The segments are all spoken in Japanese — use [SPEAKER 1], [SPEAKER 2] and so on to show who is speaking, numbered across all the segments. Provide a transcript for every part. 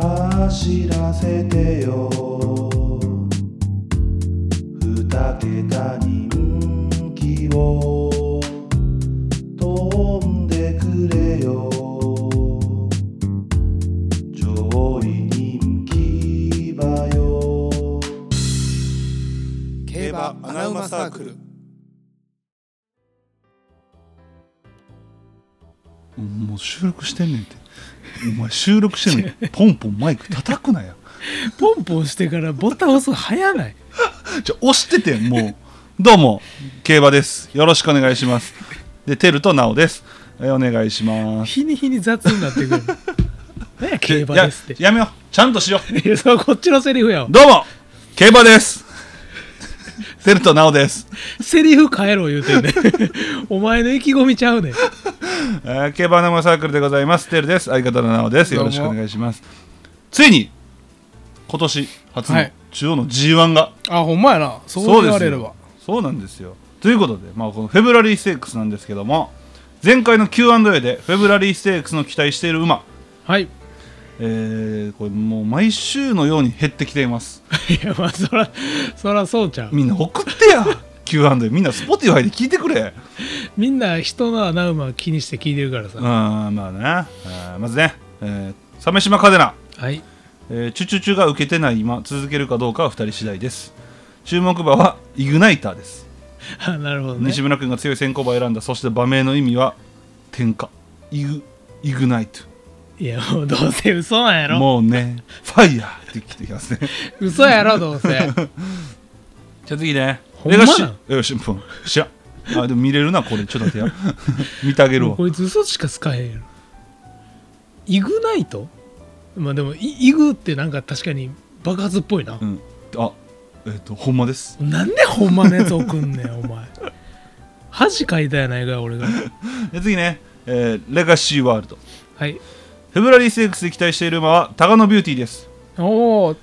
[SPEAKER 1] 走らせてよ二桁人気を飛んでくれよ上位人気馬よ
[SPEAKER 2] 競馬アナウマサークル
[SPEAKER 1] もう収録してんねんてお前収録してんねんポンポンマイク叩くなや
[SPEAKER 2] ポンポンしてからボタン押すの早 ない
[SPEAKER 1] じゃ押しててもうどうも競馬ですよろしくお願いしますでテルとナオですえーお願いします
[SPEAKER 2] 日に日に雑になってくる何や競馬ですって
[SPEAKER 1] ややめようちゃんとしよう
[SPEAKER 2] いやそれこっちのセリフやわ
[SPEAKER 1] どうも競馬ですテルとナオです、
[SPEAKER 2] セリフ変えろ言うてんね お前の意気込みちゃうねん
[SPEAKER 1] えー競馬生サークルでございますテルです相方のナオですよろしくお願いしますついに今年初
[SPEAKER 2] は
[SPEAKER 1] の
[SPEAKER 2] い
[SPEAKER 1] 中央の G1 が、
[SPEAKER 2] あほんまやなそう言われれば
[SPEAKER 1] そうなんですよということで、まあ、このフェブラリーステークスなんですけども前回の Q&A でフェブラリーステークスの期待している馬、
[SPEAKER 2] はいい
[SPEAKER 1] えーこれもう毎週のように減ってきています
[SPEAKER 2] やまあそらそらそうちゃう
[SPEAKER 1] みんな送ってや Q&A みんな Spotify で聞いてくれ
[SPEAKER 2] みんな人のアナウマ気にして聞いてるから
[SPEAKER 1] う
[SPEAKER 2] さ
[SPEAKER 1] んまあねあーまずね、えー、鮫島カデナ、
[SPEAKER 2] はい
[SPEAKER 1] えーチュチュチュが受けてない今続けるかどうかは2人次第です注目馬はイグナイターです、
[SPEAKER 2] あなるほどね
[SPEAKER 1] 西村君が強い先行馬を選んだそして馬名の意味は天下イグイグナイト
[SPEAKER 2] いやもうどうせ嘘なんやろ
[SPEAKER 1] もうね、ファイヤーって来てきますね。
[SPEAKER 2] 嘘やろどうせ
[SPEAKER 1] じゃあ次ね、
[SPEAKER 2] ほんまなん
[SPEAKER 1] レガシレガシーうん知らん。あ、でも見れるな、これ。ちょっと待ってや。 見てあげ
[SPEAKER 2] も
[SPEAKER 1] る
[SPEAKER 2] う
[SPEAKER 1] わ。
[SPEAKER 2] こいつ嘘しかつかへんやろイグナイトまあでもイイグってなんか確かに爆発っぽいな
[SPEAKER 1] う、ん。あ、えっ、と、ほんまです。
[SPEAKER 2] なんでほんまのやつ送んねんお前恥かいたやないか俺が
[SPEAKER 1] じゃあ次ね、えーレガシーワールド。
[SPEAKER 2] はい
[SPEAKER 1] フェブラリーステークスで期待している馬は、タガノビューティーです。
[SPEAKER 2] おお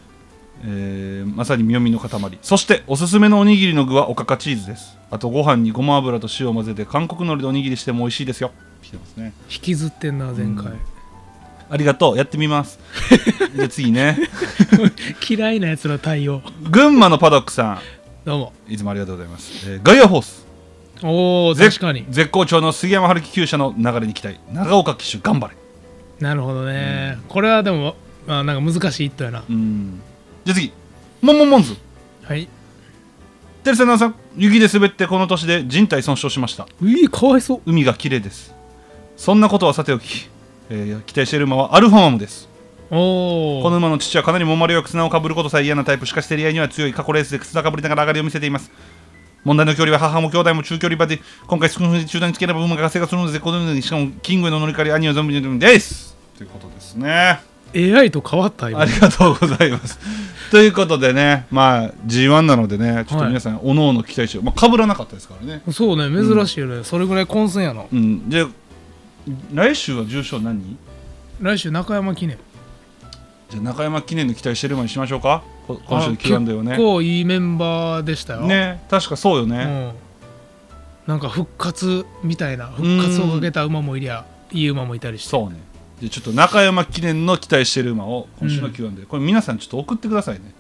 [SPEAKER 1] えーまさにみよみの塊そしておすすめのおにぎりの具はおかかチーズですあとご飯にごま油と塩を混ぜて韓国海苔でおにぎりしても美味しいですよ来てますね
[SPEAKER 2] 引きずってんな前回、
[SPEAKER 1] ありがとうやってみます じゃあ次ね
[SPEAKER 2] 嫌いなやつの対応
[SPEAKER 1] 群馬のパドックさん
[SPEAKER 2] どうも
[SPEAKER 1] いつもありがとうございます。えーガイアフォース。
[SPEAKER 2] おお
[SPEAKER 1] ぜ
[SPEAKER 2] 確かに
[SPEAKER 1] 絶好調の杉山春樹厩舎の流れに期待。長岡騎手、頑張れ。
[SPEAKER 2] なるほどね、これはでもまあなんか難しい一頭やな、
[SPEAKER 1] うん。じゃあ次。モンモンモンズ。
[SPEAKER 2] はい
[SPEAKER 1] テルセナーさん、雪で滑ってこの年で人体損傷しました。
[SPEAKER 2] ういかわいそう
[SPEAKER 1] 海が綺麗です。そんなことはさておき、えー期待している馬はアルファマムです。
[SPEAKER 2] おお
[SPEAKER 1] この馬の父はかなりもまれよく綱をかぶることさえ嫌なタイプしかし競り合いには強い過去レースで綱かぶりながら上がりを見せています問題の距離は母も兄弟も中距離馬で今回少し中断につければ馬が活性化するので絶好のようにしかもキングへの乗り換えで兄は存分に乗り込みですということですね
[SPEAKER 2] AI と変わった今
[SPEAKER 1] ありがとうございますということでねまあ G1 なのでねちょっと皆さんおのおの期待してまあかぶらなかったですからね
[SPEAKER 2] そうね珍しいよね、それぐらい混戦やの
[SPEAKER 1] うんじゃあ来週は重賞何
[SPEAKER 2] 来週中山記念
[SPEAKER 1] じゃあ中山記念の期待してる馬にしましょうかこ今週の Q&A を
[SPEAKER 2] あ結
[SPEAKER 1] ね
[SPEAKER 2] 構いいメンバーでしたよ、
[SPEAKER 1] ね確かそうよ
[SPEAKER 2] う
[SPEAKER 1] ね、
[SPEAKER 2] ん、なんか復活みたいな復活をかけた馬もいりゃいい馬もいたりして
[SPEAKER 1] そうねでちょっと中山記念の期待してる馬を今週の
[SPEAKER 2] うん
[SPEAKER 1] Q&A で、これ皆さんちょっと送ってくださいね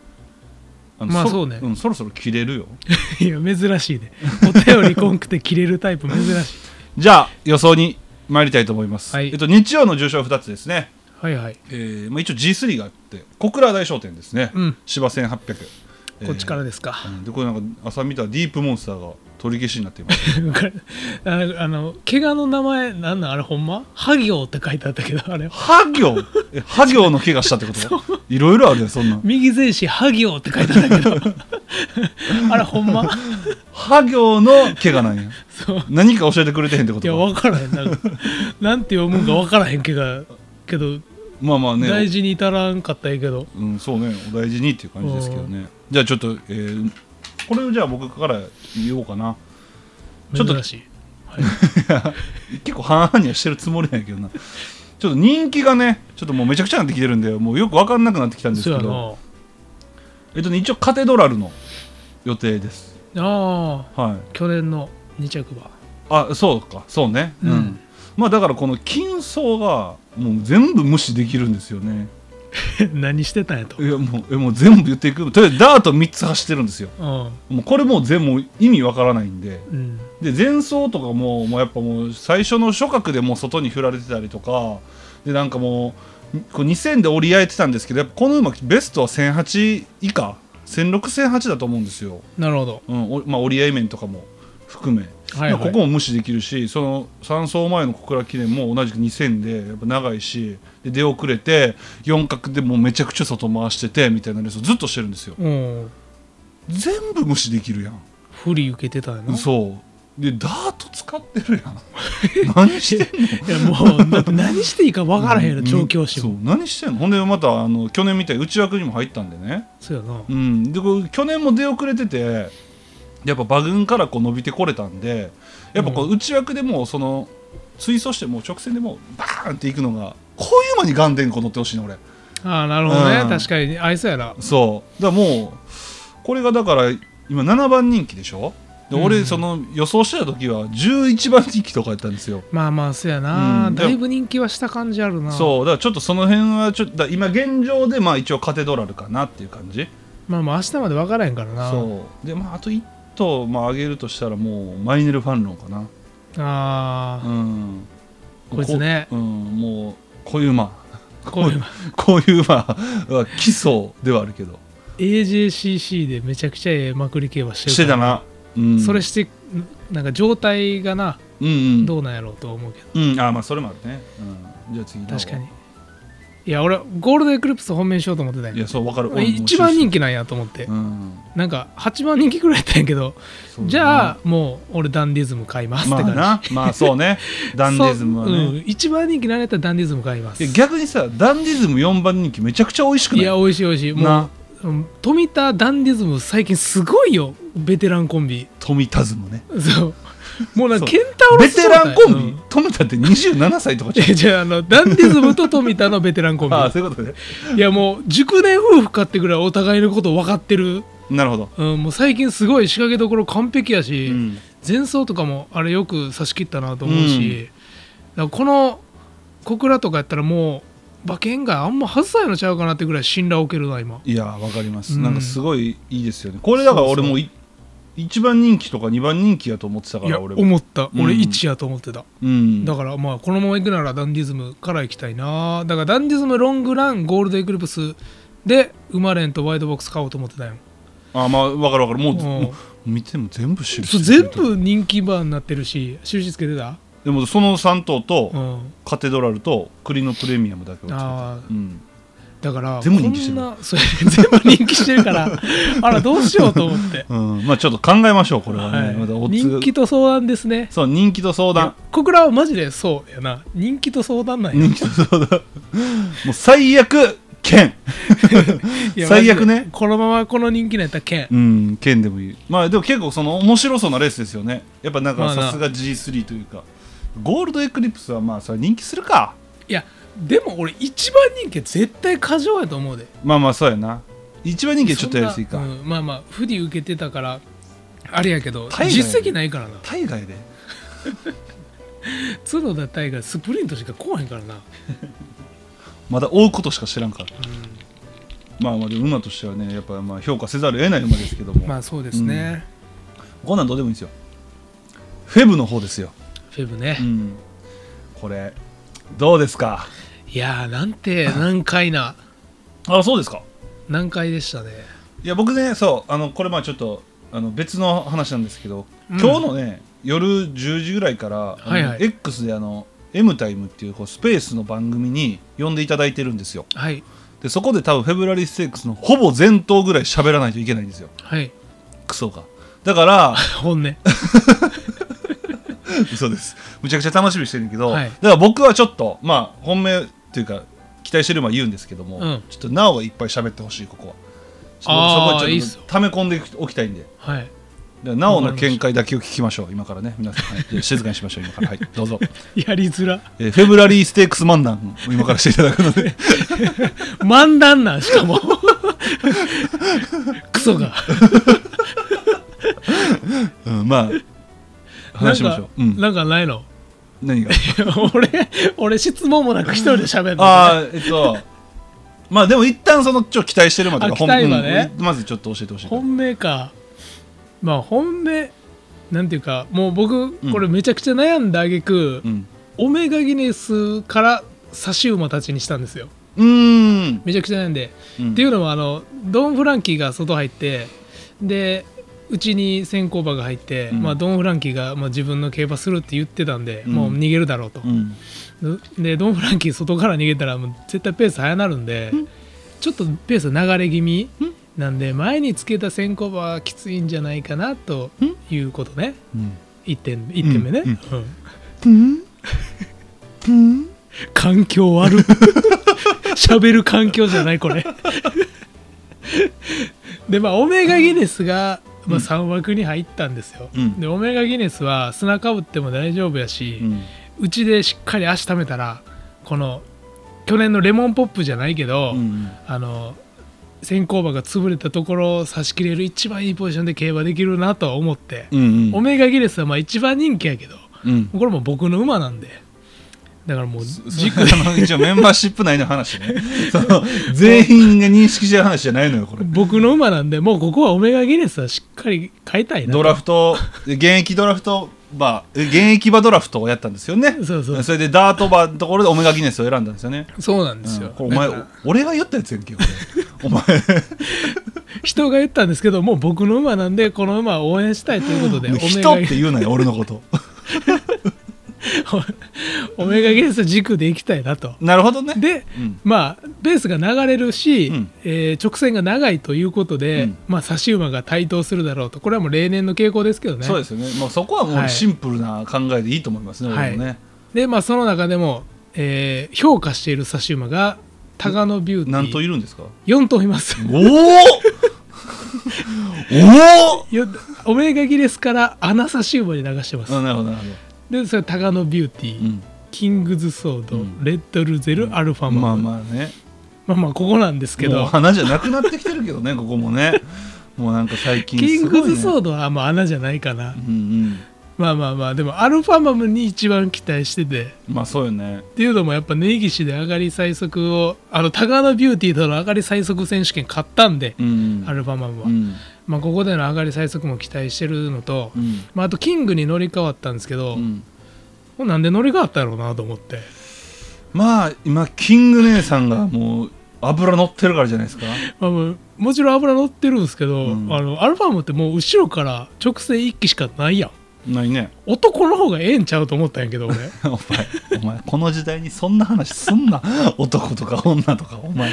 [SPEAKER 1] あの
[SPEAKER 2] まあ
[SPEAKER 1] そ
[SPEAKER 2] そうね
[SPEAKER 1] ん、そろそろ切れるよ
[SPEAKER 2] いや珍しいねお便りこんくて切れるタイプ珍しい
[SPEAKER 1] じゃあ予想に参りたいと思います、
[SPEAKER 2] はい
[SPEAKER 1] えっと、日曜の重賞2つですね、
[SPEAKER 2] はいはい
[SPEAKER 1] えーまあ、一応 G3 があって小倉大商店ですね、
[SPEAKER 2] うん
[SPEAKER 1] 芝1800
[SPEAKER 2] こっちから です
[SPEAKER 1] え
[SPEAKER 2] か、
[SPEAKER 1] ーでこれなんか朝見たらディープモンスターが取り消しになっています
[SPEAKER 2] あのあの怪我の名前なんなんあれほんまハ行って書いてあったけどあれ
[SPEAKER 1] ハ行えハ行の怪我したってこといろいろあるよそんなん
[SPEAKER 2] 右前肢ハ行って書いてあったけど あれほ んま
[SPEAKER 1] ハ行の怪我なんや
[SPEAKER 2] そう
[SPEAKER 1] 何か教えてくれてへんってこ
[SPEAKER 2] いや
[SPEAKER 1] と
[SPEAKER 2] 分か
[SPEAKER 1] か
[SPEAKER 2] らへんなんかなんて読むんか分からへんけどけど、
[SPEAKER 1] まあまあね
[SPEAKER 2] 大事に至らんかったんやけど
[SPEAKER 1] うん、そうね、お大事にっていう感じですけどね。じゃあちょっと、えーこれをじゃあ僕から言おうかな。 ちょっと
[SPEAKER 2] 珍しい
[SPEAKER 1] 結構半々にはしてるつもりなんやけどな。ちょっと人気がね、ちょっともうめちゃくちゃなってきてるんで、もうよく分かんなくなってきたんですけ
[SPEAKER 2] そうや
[SPEAKER 1] ど、
[SPEAKER 2] な
[SPEAKER 1] えっとね、一応カテドラルの予定です。
[SPEAKER 2] ああ
[SPEAKER 1] はい。
[SPEAKER 2] 去年の2着馬
[SPEAKER 1] あ、そうか、そうね。うん。
[SPEAKER 2] うん
[SPEAKER 1] まあだからこの金層がもう全部無視できるんですよね。
[SPEAKER 2] 何してたんやと
[SPEAKER 1] い。やもうえもう全部言っていくとりあえずダート3つ走ってるんですよ
[SPEAKER 2] うん。
[SPEAKER 1] もうこれもう全部意味わからないんで
[SPEAKER 2] うん。
[SPEAKER 1] で前走とかももうやっぱもう最初の初角でもう外に振られてたりとかでなんかもうこう2000で折り合えてたんですけどやっぱこの馬ベストは1008以下16008だと思うんですよ、
[SPEAKER 2] なるほど。
[SPEAKER 1] うんおまあ、折り合い面とかも含め、
[SPEAKER 2] はい、はい。
[SPEAKER 1] ここも無視できるしその3走前の小倉記念も同じく2000でやっぱ長いしで出遅れて4角でもうめちゃくちゃ外回しててみたいなレースをずっとしてるんですよ
[SPEAKER 2] うん。
[SPEAKER 1] 全部無視できるやん
[SPEAKER 2] 不利受けてたんやな。
[SPEAKER 1] そうでダート使ってるやん 何してんの
[SPEAKER 2] いやもう、だって何していいか分からへんやろ、調教師
[SPEAKER 1] そう
[SPEAKER 2] も。
[SPEAKER 1] 何してんのほんでまたあの去年みたいに内枠にも入ったんでね
[SPEAKER 2] そうやな。
[SPEAKER 1] うんでこう去年も出遅れててやっぱ馬群からこう伸びてこれたんでやっぱこう内枠でもうその追走してもう直線でもうバーンっていくのがこういう馬にガンデンコ乗ってほしいの俺
[SPEAKER 2] ああ、なるほどね。
[SPEAKER 1] うん
[SPEAKER 2] 確かに、あいそうやな。
[SPEAKER 1] そうだからもうこれがだから今7番人気でしょで
[SPEAKER 2] う
[SPEAKER 1] 俺
[SPEAKER 2] ん
[SPEAKER 1] その予想してた時は11番人気とかやったんですよ
[SPEAKER 2] まあまあ、そうやな、
[SPEAKER 1] うん
[SPEAKER 2] だいぶ人気はした感じあるな。
[SPEAKER 1] そうだからちょっとその辺はちょっとだから今現状でまあ一応カテドラルかなっていう感じ
[SPEAKER 2] まあまあ、明日まで分からへんからな。
[SPEAKER 1] そうでまああと1頭まあ上げるとしたらもうマイネルファンロンかな
[SPEAKER 2] あ
[SPEAKER 1] うん
[SPEAKER 2] こいつね
[SPEAKER 1] こうんもうこういう馬
[SPEAKER 2] あ、こういう、
[SPEAKER 1] こういう馬は基礎ではあるけど
[SPEAKER 2] AJCC でめちゃくちゃええまくり競馬してる
[SPEAKER 1] して
[SPEAKER 2] から
[SPEAKER 1] たなうん
[SPEAKER 2] それして、んなんか状態がな、
[SPEAKER 1] うんうん
[SPEAKER 2] どうなんやろうとは思うけど、
[SPEAKER 1] うんあまあそれもあるね、うん、じゃあ次どう
[SPEAKER 2] 確かに。いや、俺、ゴールドエクリプス本命しようと思ってたん
[SPEAKER 1] い
[SPEAKER 2] や。
[SPEAKER 1] やそうわかる
[SPEAKER 2] 一番人
[SPEAKER 1] 気
[SPEAKER 2] 気なんやと思って、
[SPEAKER 1] うん
[SPEAKER 2] なんか8番人気くらいやったんやけど、じゃあもう俺ダンディズム買いますって
[SPEAKER 1] まあ
[SPEAKER 2] 感じ、
[SPEAKER 1] なまあそう ねダンディズムは
[SPEAKER 2] そう
[SPEAKER 1] ね
[SPEAKER 2] うん、一番人気なんやったらダンディズム買いま
[SPEAKER 1] い
[SPEAKER 2] す
[SPEAKER 1] や
[SPEAKER 2] い
[SPEAKER 1] 逆にさダンディズム4番人気めちゃくちゃ美味しくない
[SPEAKER 2] や美味しい美味しいも
[SPEAKER 1] な
[SPEAKER 2] ううん富田ダンディズム最近すごいよベテランコンビ
[SPEAKER 1] 富田ズムね
[SPEAKER 2] そうもうなんか
[SPEAKER 1] そ
[SPEAKER 2] ケンタウロ
[SPEAKER 1] ベ
[SPEAKER 2] ス
[SPEAKER 1] テランコンビ、
[SPEAKER 2] うん
[SPEAKER 1] 富田って27歳とかじゃ ん
[SPEAKER 2] えじゃああのダンディズムと富田のベテランコン
[SPEAKER 1] ああそういうことね
[SPEAKER 2] ビいやもう熟年夫婦かってぐらいお互いのこと分かってる、
[SPEAKER 1] なるほど、
[SPEAKER 2] うん、もう最近すごい仕掛けどころ完璧やし、
[SPEAKER 1] うん
[SPEAKER 2] 前奏とかもあれよく差し切ったなと思うし、だからこの小倉とかやったらもう馬券があんま外さないのちゃうかなってぐらい信頼を受けるな今
[SPEAKER 1] いやーわかります、
[SPEAKER 2] うん
[SPEAKER 1] なんかすごいいいですよねこれだから俺もい一番人気とか二番人気やと思ってたか
[SPEAKER 2] いや
[SPEAKER 1] ら俺も
[SPEAKER 2] 思った
[SPEAKER 1] うん
[SPEAKER 2] 俺1やと思ってた、
[SPEAKER 1] うん
[SPEAKER 2] だからまあこのまま行くならダンディズムから行きたいなだからダンディズムロングランゴールドエクリプスでウマレンとワイドボックス買おうと思ってたよ
[SPEAKER 1] あまあわかるわかるもう
[SPEAKER 2] うん
[SPEAKER 1] もう見ても全部知る
[SPEAKER 2] そう全部人気馬になってるし印つけてた
[SPEAKER 1] でもその3頭と、
[SPEAKER 2] うん
[SPEAKER 1] カテドラルと栗のプレミアムだけをつけて
[SPEAKER 2] あー
[SPEAKER 1] うん、
[SPEAKER 2] だから
[SPEAKER 1] 全部人気してる
[SPEAKER 2] こんなそう全部人気してる からあらどうしようと思って
[SPEAKER 1] うん、まあちょっと考えましょうこれはね、
[SPEAKER 2] はい
[SPEAKER 1] まだオッズ
[SPEAKER 2] 人気と相談ですね
[SPEAKER 1] そう人気と相
[SPEAKER 2] いや
[SPEAKER 1] 談
[SPEAKER 2] 小倉はマジでそうやな人気と相談なんや
[SPEAKER 1] 人気と相談もう最悪剣
[SPEAKER 2] いや
[SPEAKER 1] 最悪ね
[SPEAKER 2] マジでこのままこの人気なんやったら剣
[SPEAKER 1] うん剣でもいいまあでも結構その面白そうなレースですよねやっぱなん
[SPEAKER 2] ま
[SPEAKER 1] か
[SPEAKER 2] あな
[SPEAKER 1] さすが G3 というかゴールドエクリプスはまあそれは人気するか
[SPEAKER 2] いやでも俺一番人気は絶対過剰やと思うで
[SPEAKER 1] まあまあそうやな一番人気はちょっとやりすいか、
[SPEAKER 2] そんなうんまあまあ不利受けてたからあれやけど
[SPEAKER 1] 大概
[SPEAKER 2] 実績ないからな
[SPEAKER 1] 海外で
[SPEAKER 2] 角田大がスプリントしか来おへんからな、
[SPEAKER 1] まだ追うことしか知らんから
[SPEAKER 2] う
[SPEAKER 1] まあまあでも馬としてはねやっぱまあ評価せざるを得ない馬ですけども、
[SPEAKER 2] ん、まあそうですね、
[SPEAKER 1] こんなんどうでもいいんですよフェブの方ですよ
[SPEAKER 2] フェブね、
[SPEAKER 1] うんこれどうですか
[SPEAKER 2] いやーなん て難解な
[SPEAKER 1] あそうですか
[SPEAKER 2] 難解でしたね
[SPEAKER 1] いや僕ねそうあのこれまあちょっとあの別の話なんですけど、
[SPEAKER 2] うん
[SPEAKER 1] 今日のね夜10時ぐらいから、あの
[SPEAKER 2] はいはい
[SPEAKER 1] X であの M タイムっていうこうスペースの番組に呼んでいただいてるんですよ
[SPEAKER 2] はい
[SPEAKER 1] でそこで多分フェブラリーステークスのほぼ全頭ぐらい喋らないといけないんですよ
[SPEAKER 2] はい
[SPEAKER 1] クソがだから
[SPEAKER 2] 本音
[SPEAKER 1] 嘘ですむちゃくちゃ楽しみにしてるんだけど、
[SPEAKER 2] はい
[SPEAKER 1] だから僕はちょっとまあ本命っていうか期待してる馬は言うんですけども、
[SPEAKER 2] うん
[SPEAKER 1] ちょっとなおがいっぱい喋ってほしいここはちょ
[SPEAKER 2] あー
[SPEAKER 1] っとそこ
[SPEAKER 2] いい
[SPEAKER 1] に
[SPEAKER 2] っ
[SPEAKER 1] ち
[SPEAKER 2] す
[SPEAKER 1] ょ
[SPEAKER 2] よ
[SPEAKER 1] っと溜め込んでおきたいんで
[SPEAKER 2] はい
[SPEAKER 1] ではなおの見解だけを聞きましょう、今からね、皆さん、はいじゃあ静かにしましょう、今から、はい、どうぞ、
[SPEAKER 2] やりづら
[SPEAKER 1] えーフェブラリーステークス漫談を今からしていただく ので、
[SPEAKER 2] 漫談なんしか もクソが
[SPEAKER 1] うん、まあ、話しましょう、う
[SPEAKER 2] なんか,、
[SPEAKER 1] ん、
[SPEAKER 2] なんかないの
[SPEAKER 1] 何が、
[SPEAKER 2] 俺俺質問もなく一人で喋るの
[SPEAKER 1] ああ、えっと、まあでも一旦そのちょっと期待してるまでが
[SPEAKER 2] あ期待はね
[SPEAKER 1] うんまずちょっと教えてほしい
[SPEAKER 2] 本命かまあ本命なんていうかもう僕
[SPEAKER 1] うん
[SPEAKER 2] これめちゃくちゃ悩んだ挙句、
[SPEAKER 1] うん
[SPEAKER 2] オメガギネスから差し馬たちにしたんですよ
[SPEAKER 1] うーん
[SPEAKER 2] めちゃくちゃ悩んで、
[SPEAKER 1] うん
[SPEAKER 2] っていうのもあのドン・フランキーが外入ってでうちに先行馬が入って、
[SPEAKER 1] うん
[SPEAKER 2] まあ、ドン・フランキーが、まあ、自分の競馬するって言ってたんで、
[SPEAKER 1] うん
[SPEAKER 2] もう逃げるだろうと
[SPEAKER 1] う、ん
[SPEAKER 2] でドン・フランキー外から逃げたらもう絶対ペース早なるんで、ちょっとペース流れ気味
[SPEAKER 1] うん
[SPEAKER 2] なんで前につけた先行馬はきついんじゃないかなということね、
[SPEAKER 1] うん
[SPEAKER 2] 一点一点目ね、
[SPEAKER 1] うん
[SPEAKER 2] うん
[SPEAKER 1] プンプン
[SPEAKER 2] 環境悪 喋る環境じゃないこれ でまあオメガギネスが、まあ、
[SPEAKER 1] うん
[SPEAKER 2] 3枠に入ったんですよ、
[SPEAKER 1] うん
[SPEAKER 2] でオメガギネスは砂かぶっても大丈夫やし、
[SPEAKER 1] うん
[SPEAKER 2] うちでしっかり足ためたらこの去年のレモンポップじゃないけど、
[SPEAKER 1] うん
[SPEAKER 2] あの先行馬が潰れたところを差し切れる一番いいポジションで競馬できるなとは思って、
[SPEAKER 1] うん
[SPEAKER 2] オメガギネスはまあ一番人気やけど
[SPEAKER 1] うん
[SPEAKER 2] これも僕の馬なんでだからもう
[SPEAKER 1] 軸の一応メンバーシップ内の話ねその全員が認識してる話じゃないのよこれ
[SPEAKER 2] 僕の馬なんでもうここはオメガギネスはしっかり買いたいな
[SPEAKER 1] ドラフト現役ドラフト馬え現役馬ドラフトをやったんですよね
[SPEAKER 2] そうそう
[SPEAKER 1] れでダート馬のところでオメガギネスを選んだんですよね
[SPEAKER 2] そうなんですよ、
[SPEAKER 1] うんこれお前
[SPEAKER 2] なんか
[SPEAKER 1] お俺が言ったやつやんけこれ お前
[SPEAKER 2] 人が言ったんですけどもう僕の馬なんでこの馬を応援したいということでオメ
[SPEAKER 1] 人
[SPEAKER 2] ガ
[SPEAKER 1] って言うなよ俺のこと
[SPEAKER 2] オメガギネス軸でいきたいなと
[SPEAKER 1] なるほどね
[SPEAKER 2] で、
[SPEAKER 1] うん
[SPEAKER 2] まあペースが流れるし、
[SPEAKER 1] うん
[SPEAKER 2] えー直線が長いということで、
[SPEAKER 1] うん
[SPEAKER 2] まあ差し馬が対等するだろうとこれはもう例年の傾向ですけどね
[SPEAKER 1] そうですよねもうそこはも
[SPEAKER 2] は
[SPEAKER 1] う
[SPEAKER 2] い
[SPEAKER 1] シンプルな考えでいいと思いますね、
[SPEAKER 2] はい
[SPEAKER 1] 俺もね
[SPEAKER 2] でまあその中でも、えー評価している差し馬がタガノビューテ
[SPEAKER 1] 何
[SPEAKER 2] ィ
[SPEAKER 1] と
[SPEAKER 2] ー
[SPEAKER 1] いるんで すか
[SPEAKER 2] 4頭います
[SPEAKER 1] お お お
[SPEAKER 2] よオメガギレスからアナサシウマに流してます、
[SPEAKER 1] おなるほどなるほ
[SPEAKER 2] でそれタガノビューティー、
[SPEAKER 1] ど、うん、
[SPEAKER 2] キングズソード、
[SPEAKER 1] うん
[SPEAKER 2] レッドルゼル、アルファマ
[SPEAKER 1] まあ
[SPEAKER 2] ムまあ
[SPEAKER 1] まあね
[SPEAKER 2] まあここなんですけ
[SPEAKER 1] もう
[SPEAKER 2] ど
[SPEAKER 1] 花じゃなくなってきてるけどねここもねもうなんか最近
[SPEAKER 2] キン
[SPEAKER 1] すごいね
[SPEAKER 2] グズソードはまあ穴じゃないかな、
[SPEAKER 1] うん
[SPEAKER 2] まあまあまあでもアルファマムに一番期待してて
[SPEAKER 1] うんまあそうよね
[SPEAKER 2] っていうのもやっぱ根岸で上がり最速をあのタガノビューティーとの上がり最速選手権買ったんで、
[SPEAKER 1] うん
[SPEAKER 2] アルファマムは、
[SPEAKER 1] うん
[SPEAKER 2] まあここでの上がり最速も期待してるのと、
[SPEAKER 1] うん
[SPEAKER 2] まあ、あとキングに乗り換わったんですけど、
[SPEAKER 1] うん
[SPEAKER 2] もうなんで乗り換わったんやろうなと思って
[SPEAKER 1] まあ今キング姉さんがもう油乗ってるからじゃないですか
[SPEAKER 2] まあ、もうもちろん油乗ってるんですけど、
[SPEAKER 1] うん
[SPEAKER 2] あのアルファームってもう後ろから直線一機しかないやん
[SPEAKER 1] ないね
[SPEAKER 2] 男の方がええんちゃうと思ったんやけど俺
[SPEAKER 1] お前お前この時代にそんな話すんな 男とか女とかお前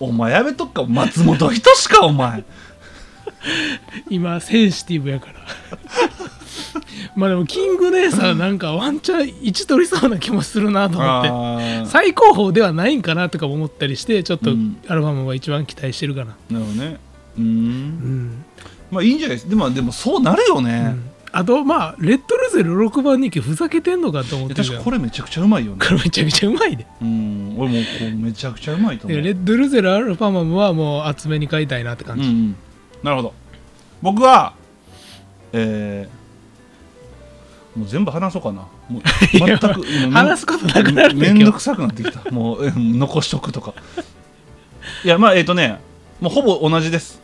[SPEAKER 1] お前やめとっか松本人志かお前
[SPEAKER 2] 今センシティブやから まあでもキング姉さんなんかワンチャン位置取りそうな気もするなと思って
[SPEAKER 1] あー
[SPEAKER 2] 最高峰ではないんかなとかも思ったりしてちょっと
[SPEAKER 1] うん
[SPEAKER 2] アルファームは一番期待してるかな、
[SPEAKER 1] なるほどね
[SPEAKER 2] う
[SPEAKER 1] う
[SPEAKER 2] んん
[SPEAKER 1] まあいいんじゃないですでもでもそうなるよ
[SPEAKER 2] う
[SPEAKER 1] ね、
[SPEAKER 2] んあとまあレッドルゼル6番人気ふざけてんのかと思っ
[SPEAKER 1] いや
[SPEAKER 2] てる
[SPEAKER 1] 確
[SPEAKER 2] け
[SPEAKER 1] か
[SPEAKER 2] ど
[SPEAKER 1] これめちゃくちゃうまいよね
[SPEAKER 2] これめちゃめちゃうまいで
[SPEAKER 1] うん俺もうこうめちゃくちゃうまいと
[SPEAKER 2] だか
[SPEAKER 1] 思
[SPEAKER 2] ら
[SPEAKER 1] う
[SPEAKER 2] レッドルゼルアルファマムはもう厚めに買いたいなって
[SPEAKER 1] うん
[SPEAKER 2] 感
[SPEAKER 1] う
[SPEAKER 2] じ、
[SPEAKER 1] ん、なるほど僕はえーもう全部話そうかなもう
[SPEAKER 2] い
[SPEAKER 1] 全
[SPEAKER 2] や
[SPEAKER 1] くもうめん
[SPEAKER 2] 話すことなくなる
[SPEAKER 1] め
[SPEAKER 2] ね
[SPEAKER 1] ん
[SPEAKER 2] 今
[SPEAKER 1] ど
[SPEAKER 2] 日
[SPEAKER 1] くさくなってきたもうえ残しとくとかいやまあえっ、とねもうほぼ同じです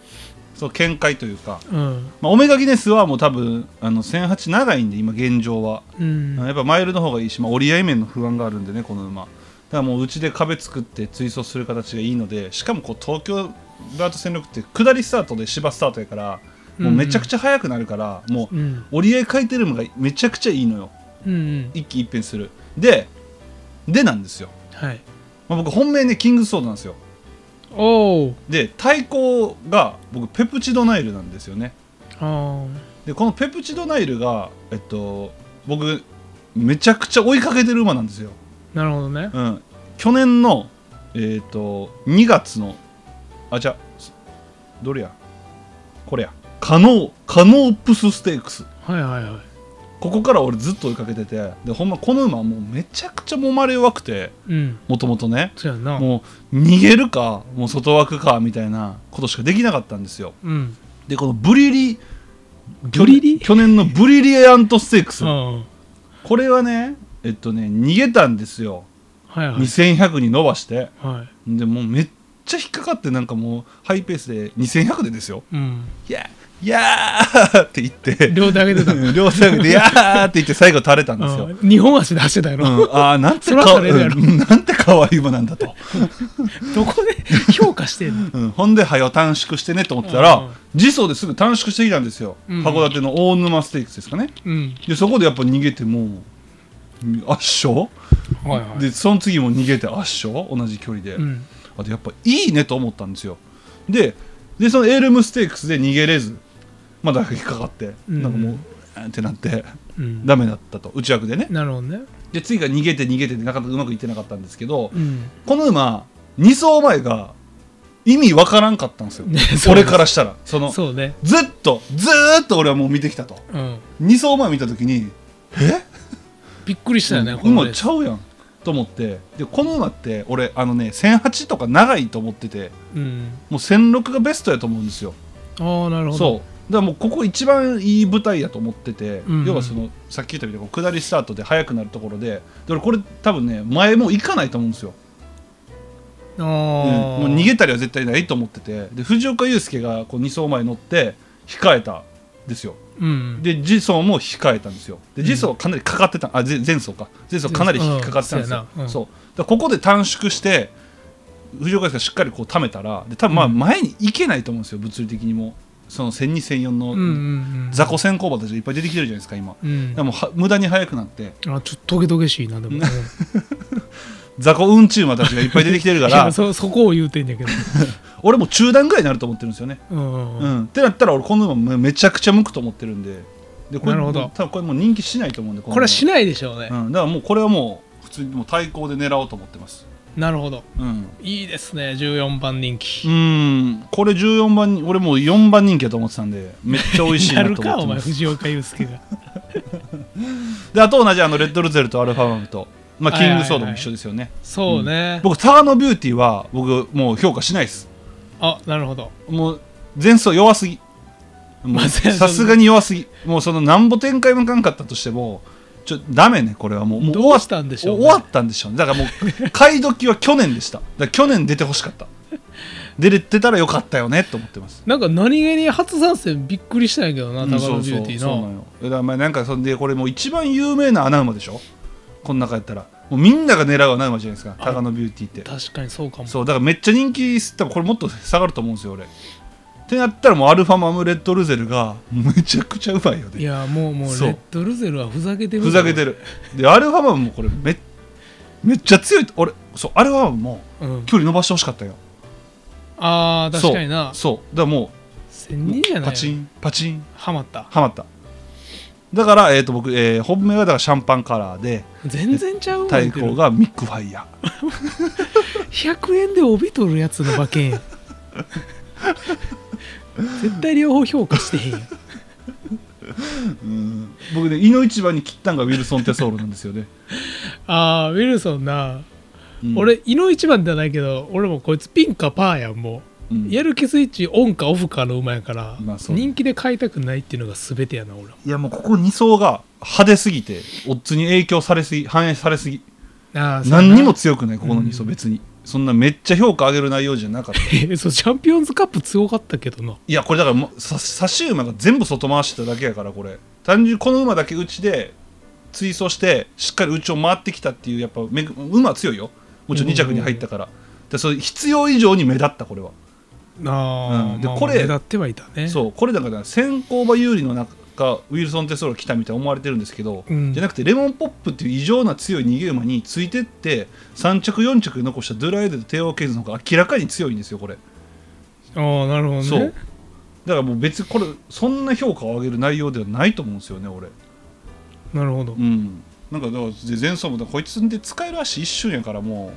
[SPEAKER 1] そう見解というか、
[SPEAKER 2] うん
[SPEAKER 1] まあ、オメガギネスはもう多分あの1008長いんで今現状は
[SPEAKER 2] うん
[SPEAKER 1] やっぱマイルの方がいいし、まあ、折り合い面の不安があるんでねこの馬だからもううちで壁作って追走する形がいいのでしかもこう東京ダート戦力って下りスタートで芝スタートやからもうめちゃくちゃ速くなるから、もう
[SPEAKER 2] うん
[SPEAKER 1] 折り合い回転ルームがめちゃくちゃいいのよ
[SPEAKER 2] うんうん
[SPEAKER 1] 一気一変するででなんですよ、
[SPEAKER 2] はい
[SPEAKER 1] まあ、僕本命ねキングソードなんですよ
[SPEAKER 2] おー
[SPEAKER 1] で対抗が僕ペプチドナイルなんですよね
[SPEAKER 2] あ
[SPEAKER 1] でこのペプチドナイルがえっと僕めちゃくちゃ追いかけてる馬なんですよ
[SPEAKER 2] ーなるほどね
[SPEAKER 1] うん、去年の、えー、と2月のあじゃどれやこれやカノーカノープスステークス
[SPEAKER 2] はいはいはい
[SPEAKER 1] ここから俺ずっと追いかけててでほんまこの馬はもうめちゃくちゃ揉まれ弱くて
[SPEAKER 2] うん
[SPEAKER 1] もともとね
[SPEAKER 2] そうやんな
[SPEAKER 1] もう逃げるかもう外枠かみたいなことしかできなかったんですよ
[SPEAKER 2] うん
[SPEAKER 1] でこのブリリ
[SPEAKER 2] ブリリ
[SPEAKER 1] 去年のブリリアントステークス
[SPEAKER 2] うん
[SPEAKER 1] これはねえっとね逃げたんですよ
[SPEAKER 2] はいはい
[SPEAKER 1] 2100に伸ばして
[SPEAKER 2] はい
[SPEAKER 1] でもうめっちゃ引っかかってなんかもうハイペースで2100でですよ
[SPEAKER 2] うん、
[SPEAKER 1] 「いやーいやー」って言って
[SPEAKER 2] 両手上げてた
[SPEAKER 1] うん両手上げて「いやー」って言って最後垂れたんですよ、
[SPEAKER 2] うん二本足で走ってたや
[SPEAKER 1] う
[SPEAKER 2] ろ、
[SPEAKER 1] ん、ああなんて
[SPEAKER 2] そら
[SPEAKER 1] か、
[SPEAKER 2] 垂れるやろ
[SPEAKER 1] うんなんて可愛い馬なんだと、
[SPEAKER 2] どこで評価してんの
[SPEAKER 1] うん、ほんで早よ短縮してねと思ってたら、
[SPEAKER 2] うん
[SPEAKER 1] 時速ですぐ短縮してきたんですよ、
[SPEAKER 2] うん
[SPEAKER 1] 函館の大沼ステークスですかね
[SPEAKER 2] うん
[SPEAKER 1] でそこでやっぱ逃げてもう圧勝、
[SPEAKER 2] はいは
[SPEAKER 1] でその次も逃げて圧勝同じ距離で、
[SPEAKER 2] うん
[SPEAKER 1] あとやっぱいいねと思ったんですよででそのエールムステークスで逃げれずまだ引っかかって、
[SPEAKER 2] うん
[SPEAKER 1] なんかもうえーってなって
[SPEAKER 2] うん
[SPEAKER 1] ダメだったと内枠でね
[SPEAKER 2] なるほどね
[SPEAKER 1] で次が逃げて逃げてでなかなかうまくいってなかったんですけど、
[SPEAKER 2] うん
[SPEAKER 1] この馬2走前が意味わからんかったんですよ、
[SPEAKER 2] ねそうで
[SPEAKER 1] 俺
[SPEAKER 2] す
[SPEAKER 1] からしたらその
[SPEAKER 2] そうね
[SPEAKER 1] ずっとずーっと俺はもう見てきたと
[SPEAKER 2] うん
[SPEAKER 1] 2走前見た時に
[SPEAKER 2] びっくりしたよね、この
[SPEAKER 1] 今
[SPEAKER 2] レース
[SPEAKER 1] ちゃうやんと思ってでこの馬って俺あのね1008とか長いと思ってて
[SPEAKER 2] うん
[SPEAKER 1] もう1006がベストやと思うんですよ
[SPEAKER 2] ああなるほど
[SPEAKER 1] そうだからもうここ一番いい舞台やと思ってて、
[SPEAKER 2] うん
[SPEAKER 1] 要はそのさっき言ったみたいにこう下りスタートで速くなるところでで俺これ多分ね前もう行かないと思うんですよ、
[SPEAKER 2] ああ、
[SPEAKER 1] うんもう逃げたりは絶対ないと思っててで藤岡祐介がこう2走前に乗って控えたんですよ
[SPEAKER 2] うん
[SPEAKER 1] で次走も控えたんですよで次走はかなりかかってたあぜ前走か前走かなり引っかかってたんですよ、
[SPEAKER 2] うんうん
[SPEAKER 1] そうだからここで短縮して藤岡祐介がしっかりこう溜めたらで多分まあ
[SPEAKER 2] うん
[SPEAKER 1] 前に行けないと思うんですよ物理的にもその
[SPEAKER 2] う
[SPEAKER 1] 1204
[SPEAKER 2] んうん
[SPEAKER 1] の
[SPEAKER 2] うん
[SPEAKER 1] 雑魚先行馬たちがいっぱい出てきてるじゃないですか今だか
[SPEAKER 2] うん
[SPEAKER 1] らもうは無駄に速くなって
[SPEAKER 2] あちょっとトゲトゲしいなでも、ね、
[SPEAKER 1] 雑魚うんちゅう馬たちがいっぱい出てきてる か
[SPEAKER 2] いや
[SPEAKER 1] ら
[SPEAKER 2] そそこを言うてんだけど、
[SPEAKER 1] 俺もう中段ぐらいになると思ってるんですよね
[SPEAKER 2] うん
[SPEAKER 1] う
[SPEAKER 2] うん、
[SPEAKER 1] ん、ってなったら俺この馬めめちゃくちゃ向くと思ってるんででこれ
[SPEAKER 2] なるほど
[SPEAKER 1] 多分これもう人気しないと思うんでこ
[SPEAKER 2] これはし
[SPEAKER 1] な
[SPEAKER 2] ないでしょうね、
[SPEAKER 1] うん、だからもうこれはもう普通にもう対抗で狙おうと思ってます
[SPEAKER 2] なるほど
[SPEAKER 1] うん
[SPEAKER 2] いいですね14番人
[SPEAKER 1] う
[SPEAKER 2] 気、
[SPEAKER 1] んこれ14番に俺もう4番人気やと思ってたんでめっちゃ美味しい
[SPEAKER 2] な
[SPEAKER 1] なと
[SPEAKER 2] る
[SPEAKER 1] 思 って
[SPEAKER 2] かお前
[SPEAKER 1] ます
[SPEAKER 2] 藤岡祐介が
[SPEAKER 1] であと同じあのレッドルゼルとアルファマムと、まあ、
[SPEAKER 2] はい
[SPEAKER 1] キ
[SPEAKER 2] はい
[SPEAKER 1] ン
[SPEAKER 2] はい
[SPEAKER 1] グソードも一緒ですよね、
[SPEAKER 2] そうね、
[SPEAKER 1] 僕ターノビューティーは僕もう評価しないです
[SPEAKER 2] あなるほど
[SPEAKER 1] もう前走弱すぎも
[SPEAKER 2] ま
[SPEAKER 1] う
[SPEAKER 2] あそうや
[SPEAKER 1] さすがに弱すぎもうそのなんぼ展開もいかんかったとしてもちょダメねこれはもうもう終
[SPEAKER 2] ど
[SPEAKER 1] わ
[SPEAKER 2] う
[SPEAKER 1] っ
[SPEAKER 2] したんでしょう、ね、
[SPEAKER 1] 終わったんでしょうねだからもう買い時は去年でしただから去年出てほしかった出れてたらよかったよねと思ってます
[SPEAKER 2] なんか何気に初参戦びっくりしたんやけどな、
[SPEAKER 1] うん
[SPEAKER 2] 高
[SPEAKER 1] そ
[SPEAKER 2] 野
[SPEAKER 1] う
[SPEAKER 2] ビ
[SPEAKER 1] そ
[SPEAKER 2] ュ
[SPEAKER 1] う
[SPEAKER 2] ーティー
[SPEAKER 1] そうな
[SPEAKER 2] の
[SPEAKER 1] のよだからまあなんかそんでこれもう一番有名な穴馬でしょこの中やったらもうみんなが狙う穴馬じゃないですか
[SPEAKER 2] あ
[SPEAKER 1] 高野ビューティーって
[SPEAKER 2] 確かにそうかも
[SPEAKER 1] そうだからめっちゃ人気多分これもっと下がると思うんですよ俺ってなったらもうアルファマムレッドルゼルがめちゃくちゃうまいよ
[SPEAKER 2] い
[SPEAKER 1] ね
[SPEAKER 2] やもうもうレ
[SPEAKER 1] そう
[SPEAKER 2] ッドルゼルはふざけてる
[SPEAKER 1] ふざけて
[SPEAKER 2] る、
[SPEAKER 1] るでアルファマムもこれめめっちゃ強いと俺そうアルファマムも
[SPEAKER 2] うん、
[SPEAKER 1] 距離伸ばしてほしかったよ
[SPEAKER 2] あー確かにな
[SPEAKER 1] そうそうだからもう
[SPEAKER 2] 1000人じゃない
[SPEAKER 1] パチンパチン
[SPEAKER 2] はまった
[SPEAKER 1] はまっただから、えー、と僕、えー本命がだからシャンパンカラーで
[SPEAKER 2] 全然ちゃうわ
[SPEAKER 1] 対抗がミックファイヤー
[SPEAKER 2] 100円で帯取るやつの馬 券や絶対両方評価してへんやん
[SPEAKER 1] うん僕ね胃の一番に切ったんがウィルソン・テソールなんですよね、
[SPEAKER 2] あーウィルソンな、
[SPEAKER 1] うん、
[SPEAKER 2] 俺井の一番ではないけど俺もこいつピンかパーやんも
[SPEAKER 1] う
[SPEAKER 2] う、
[SPEAKER 1] ん
[SPEAKER 2] やる気スイッチオンかオフかの馬やから、
[SPEAKER 1] まあそう
[SPEAKER 2] 人気で買いたくないっていうのが全てやな俺はい
[SPEAKER 1] やもうここ2層が派手すぎてオッズに影響されすぎ反映されすぎ
[SPEAKER 2] あーそうやな
[SPEAKER 1] 何にも強くないここの2層
[SPEAKER 2] うん
[SPEAKER 1] 別に、そんなめっちゃ評価上げる内容じゃなかった
[SPEAKER 2] えそうチャンピオンズカップ強かったけどない
[SPEAKER 1] やこれだからもうさ差し馬が全部外回してただけやからこれ単純にこの馬だけ内で追走してしっかり内を回ってきたっていうやっぱめぐ馬は強いよもちろん2着に入ったから、でそれ必要以上に目立ったこれは、
[SPEAKER 2] あー、
[SPEAKER 1] うんで
[SPEAKER 2] まあ
[SPEAKER 1] これ
[SPEAKER 2] 目立ってはいたね
[SPEAKER 1] そうこれだから先行馬有利の中ウィルソン・テソール来たみたいに思われてるんですけど、
[SPEAKER 2] うん
[SPEAKER 1] じゃなくてレモンポップっていう異常な強い逃げ馬についてって3着4着残したドゥラエデとテオーケイズの方が明らかに強いんですよこれ、
[SPEAKER 2] ああなるほどね
[SPEAKER 1] そうだからもう別にこれそんな評価を上げる内容ではないと思うんですよね俺
[SPEAKER 2] なるほど
[SPEAKER 1] うんなんかだからで前走もだからこいつで使える足一瞬やからも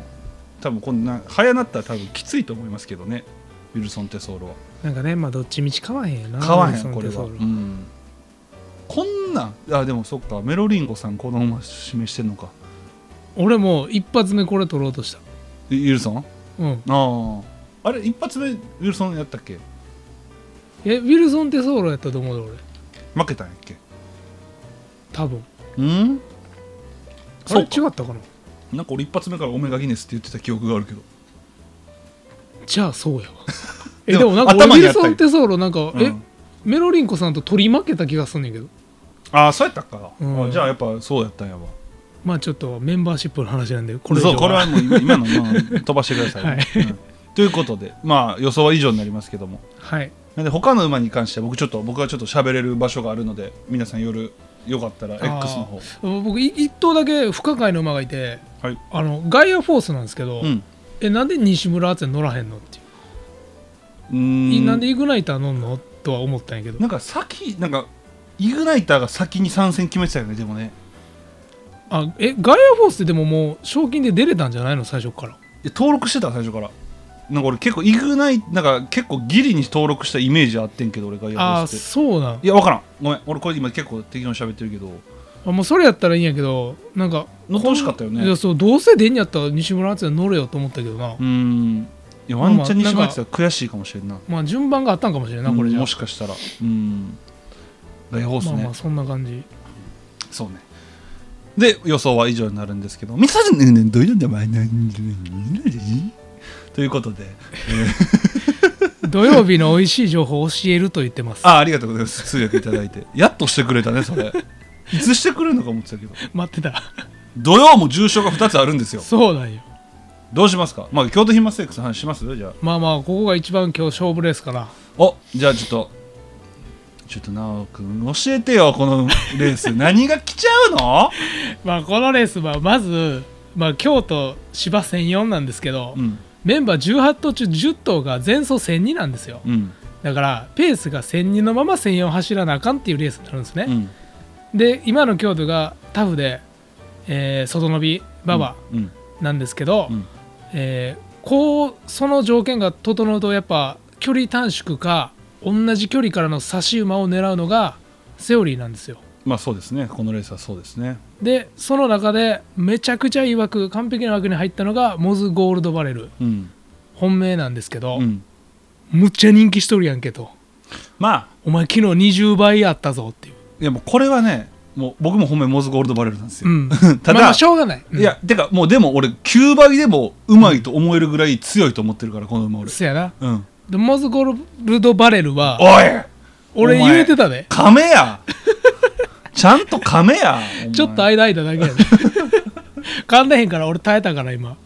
[SPEAKER 1] う多分こんな早なったら多分きついと思いますけどねウィルソン・テソールは
[SPEAKER 2] なんかねまあどっちみち買わへんやな
[SPEAKER 1] 買わ
[SPEAKER 2] ウィ
[SPEAKER 1] へ
[SPEAKER 2] ルソ
[SPEAKER 1] ん
[SPEAKER 2] ン
[SPEAKER 1] これ
[SPEAKER 2] テ
[SPEAKER 1] は、う
[SPEAKER 2] ソール
[SPEAKER 1] ん、こんなんあでもそっかメロリンゴさんこの馬指名してんのか
[SPEAKER 2] 俺も一発目これ取ろうとした
[SPEAKER 1] ウィルソン
[SPEAKER 2] うん
[SPEAKER 1] あああれ一発目ウィルソンやったっけ
[SPEAKER 2] えウィルソン・テソーロやったと思うで俺
[SPEAKER 1] 負けたんやっけ
[SPEAKER 2] 多分
[SPEAKER 1] うん
[SPEAKER 2] あれ
[SPEAKER 1] そう
[SPEAKER 2] 違
[SPEAKER 1] か
[SPEAKER 2] ったかな
[SPEAKER 1] なんか俺一発目からオメガギネスって言ってた記憶があるけど
[SPEAKER 2] じゃあそうやわえ
[SPEAKER 1] でも
[SPEAKER 2] でもなんか俺ウ
[SPEAKER 1] 頭
[SPEAKER 2] ィ
[SPEAKER 1] に
[SPEAKER 2] ル
[SPEAKER 1] あった
[SPEAKER 2] ソンってさ俺なんか、
[SPEAKER 1] うん
[SPEAKER 2] えメロリンコさんと取り負けた気がすんねんけど
[SPEAKER 1] ああそうやったか、
[SPEAKER 2] うん
[SPEAKER 1] あじゃあやっぱそうやったんやわ
[SPEAKER 2] まあちょっとメンバーシップの話なんでこれ以上
[SPEAKER 1] そうこれはもう今今の、まあ、飛ばしてくだ さい、
[SPEAKER 2] はい
[SPEAKER 1] うんということでまあ予想は以上になりますけども
[SPEAKER 2] はい
[SPEAKER 1] なんで他の馬に関しては僕ちょっと僕はちょっと喋れる場所があるので皆さん夜よかったら X の方
[SPEAKER 2] 僕い一頭だけ不可解な馬がいて
[SPEAKER 1] はい
[SPEAKER 2] あのガイアフォースなんですけど、
[SPEAKER 1] うん
[SPEAKER 2] えなんで西村敦也乗らへんのっていう
[SPEAKER 1] うーん
[SPEAKER 2] いなんでイグナイター乗んのとは思ったんやけど
[SPEAKER 1] なんか先なんかイグナイターが先に参戦決めてたよねでもね
[SPEAKER 2] あえガイアフォースってでももう賞金で出れたんじゃないの最初から
[SPEAKER 1] いや登録してた最初からなんか俺結構イグナイなんか結構ギリに登録したイメージあってんけど俺が
[SPEAKER 2] あ
[SPEAKER 1] や
[SPEAKER 2] あ
[SPEAKER 1] って
[SPEAKER 2] そうなん
[SPEAKER 1] いや分からんごめん俺これ今結構適当に喋ってるけど
[SPEAKER 2] あもうそれやったらいいんやけどなんか
[SPEAKER 1] 乗ってほしかったよね
[SPEAKER 2] いやそうどうせ出んやったら西村敦也乗れよと思ったけどな、
[SPEAKER 1] うーんいやワンチャンにしまってたら悔しいかもしれんな,、
[SPEAKER 2] まあ順番があったんかもしれんなこれじゃ、
[SPEAKER 1] もしかしたらうん大ホースね、
[SPEAKER 2] まあまあそんな感じ
[SPEAKER 1] そうねで予想は以上になるんですけどミサジねどういうの名前なんじゃないということで
[SPEAKER 2] 土曜日の美味しい情報を教えると言ってます
[SPEAKER 1] あありがとうございます通訳いただいてやっとしてくれたねそれいつしてくれるのか思ってたけど
[SPEAKER 2] 待ってた
[SPEAKER 1] 土曜も重症が2つあるんですよ
[SPEAKER 2] そうなんよど
[SPEAKER 1] どうしますかまあ京都ヒマセックスの話しますじゃあ
[SPEAKER 2] まあまあここが一番今日勝負ですから
[SPEAKER 1] おじゃあちょっとちょっとなおくん教えてよこのレース何が来ちゃうの
[SPEAKER 2] まあこのレースはまず、まあ、京都芝1004なんですけど、
[SPEAKER 1] うん
[SPEAKER 2] メンバー18頭中10頭が前走1002なんですよ
[SPEAKER 1] うん
[SPEAKER 2] だからペースが1002のまま1004走らなあかんっていうレースになるんですね
[SPEAKER 1] う、ん
[SPEAKER 2] で今の京都がタフで、えー外伸び馬場
[SPEAKER 1] うん
[SPEAKER 2] なんですけど、
[SPEAKER 1] うん
[SPEAKER 2] えーこうその条件が整うとやっぱ距離短縮か同じ距離からの差し馬を狙うのがセオリーなんですよ
[SPEAKER 1] まあそうですねこのレースはそうですね
[SPEAKER 2] でその中でめちゃくちゃいい枠完璧な枠に入ったのがモズゴールドバレル
[SPEAKER 1] うん
[SPEAKER 2] 本命なんですけど、
[SPEAKER 1] うん
[SPEAKER 2] むっちゃ人気しとるやんけと
[SPEAKER 1] まあ
[SPEAKER 2] お前昨日20倍あったぞっていう、
[SPEAKER 1] いやもうこれはねもう僕も褒めモズゴールドバレルなんですよ、
[SPEAKER 2] うん、
[SPEAKER 1] ただ、
[SPEAKER 2] まあまあしょうがない、うん
[SPEAKER 1] いやてかもうでも俺9倍でもうまいと思えるぐらい強いと思ってるからこの馬俺
[SPEAKER 2] そやな
[SPEAKER 1] うん
[SPEAKER 2] でモズゴールドバレルは
[SPEAKER 1] おい
[SPEAKER 2] 俺
[SPEAKER 1] お前
[SPEAKER 2] 言えてたで
[SPEAKER 1] 亀 やちゃんと亀や
[SPEAKER 2] ちょっと
[SPEAKER 1] あ
[SPEAKER 2] 間空いただけやで 噛んでへんから俺耐えたから今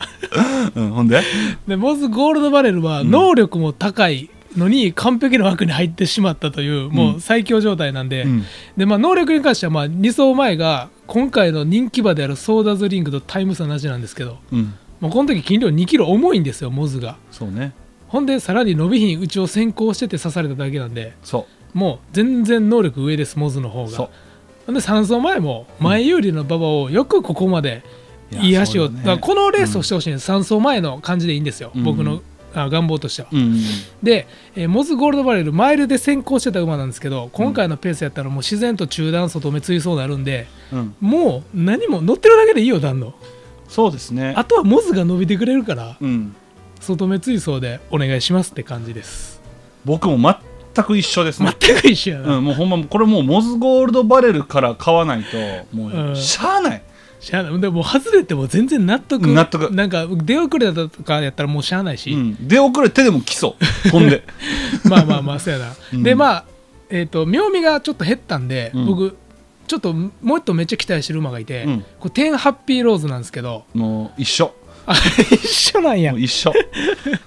[SPEAKER 1] うんほんで
[SPEAKER 2] でモズゴールドバレルは能力も高いのに完璧な枠に入ってしまったという、もう最強状態なんで、
[SPEAKER 1] うん
[SPEAKER 2] でまあ、能力に関してはまあ2走前が今回の人気馬であるソーダズリングとタイム差なしなんですけど、
[SPEAKER 1] うん
[SPEAKER 2] まあ、この時斤量2キロ重いんですよモズが
[SPEAKER 1] そうね
[SPEAKER 2] ほんでさらに伸びひんうちを先行してて刺されただけなんで
[SPEAKER 1] そ
[SPEAKER 2] もう全然能力上ですモズの方
[SPEAKER 1] う
[SPEAKER 2] が
[SPEAKER 1] そう
[SPEAKER 2] ほんで3走前も前有利の馬場をよくここまで
[SPEAKER 1] いや
[SPEAKER 2] いい足を
[SPEAKER 1] そうだね
[SPEAKER 2] だからこのレースをしてほしいんです、3走前の感じでいいんですよ、
[SPEAKER 1] うん
[SPEAKER 2] 僕のあ願望としては、
[SPEAKER 1] うん
[SPEAKER 2] で、えーモズゴールドバレルマイルで先行してた馬なんですけど今回のペースやったらもう自然と中断外目ついそうになるんで
[SPEAKER 1] うん
[SPEAKER 2] もう何も乗ってるだけでいいよ段の
[SPEAKER 1] そうですね
[SPEAKER 2] あとはモズが伸びてくれるから
[SPEAKER 1] うん
[SPEAKER 2] 外目追走でお願いしますって感じです
[SPEAKER 1] 僕も全く一緒ですね
[SPEAKER 2] 全く一緒やな、
[SPEAKER 1] うん、もうほんまこれもうモズゴールドバレルから買わないとも
[SPEAKER 2] うん
[SPEAKER 1] うしゃあない、
[SPEAKER 2] しゃあないでも外れても全然納得
[SPEAKER 1] 納得
[SPEAKER 2] なんか出遅れたとかやったらもうしゃあないし、
[SPEAKER 1] うん、出遅れてでも 来そうほんで
[SPEAKER 2] まあまあまあそうやな、
[SPEAKER 1] うん
[SPEAKER 2] でまあえっ、と妙味がちょっと減ったんで、
[SPEAKER 1] うん
[SPEAKER 2] 僕ちょっともう一頭めっちゃ期待してる馬がいて、
[SPEAKER 1] うん
[SPEAKER 2] これテンハッピーローズなんですけど
[SPEAKER 1] もう一緒
[SPEAKER 2] あ一緒なんや
[SPEAKER 1] もう 一緒、うん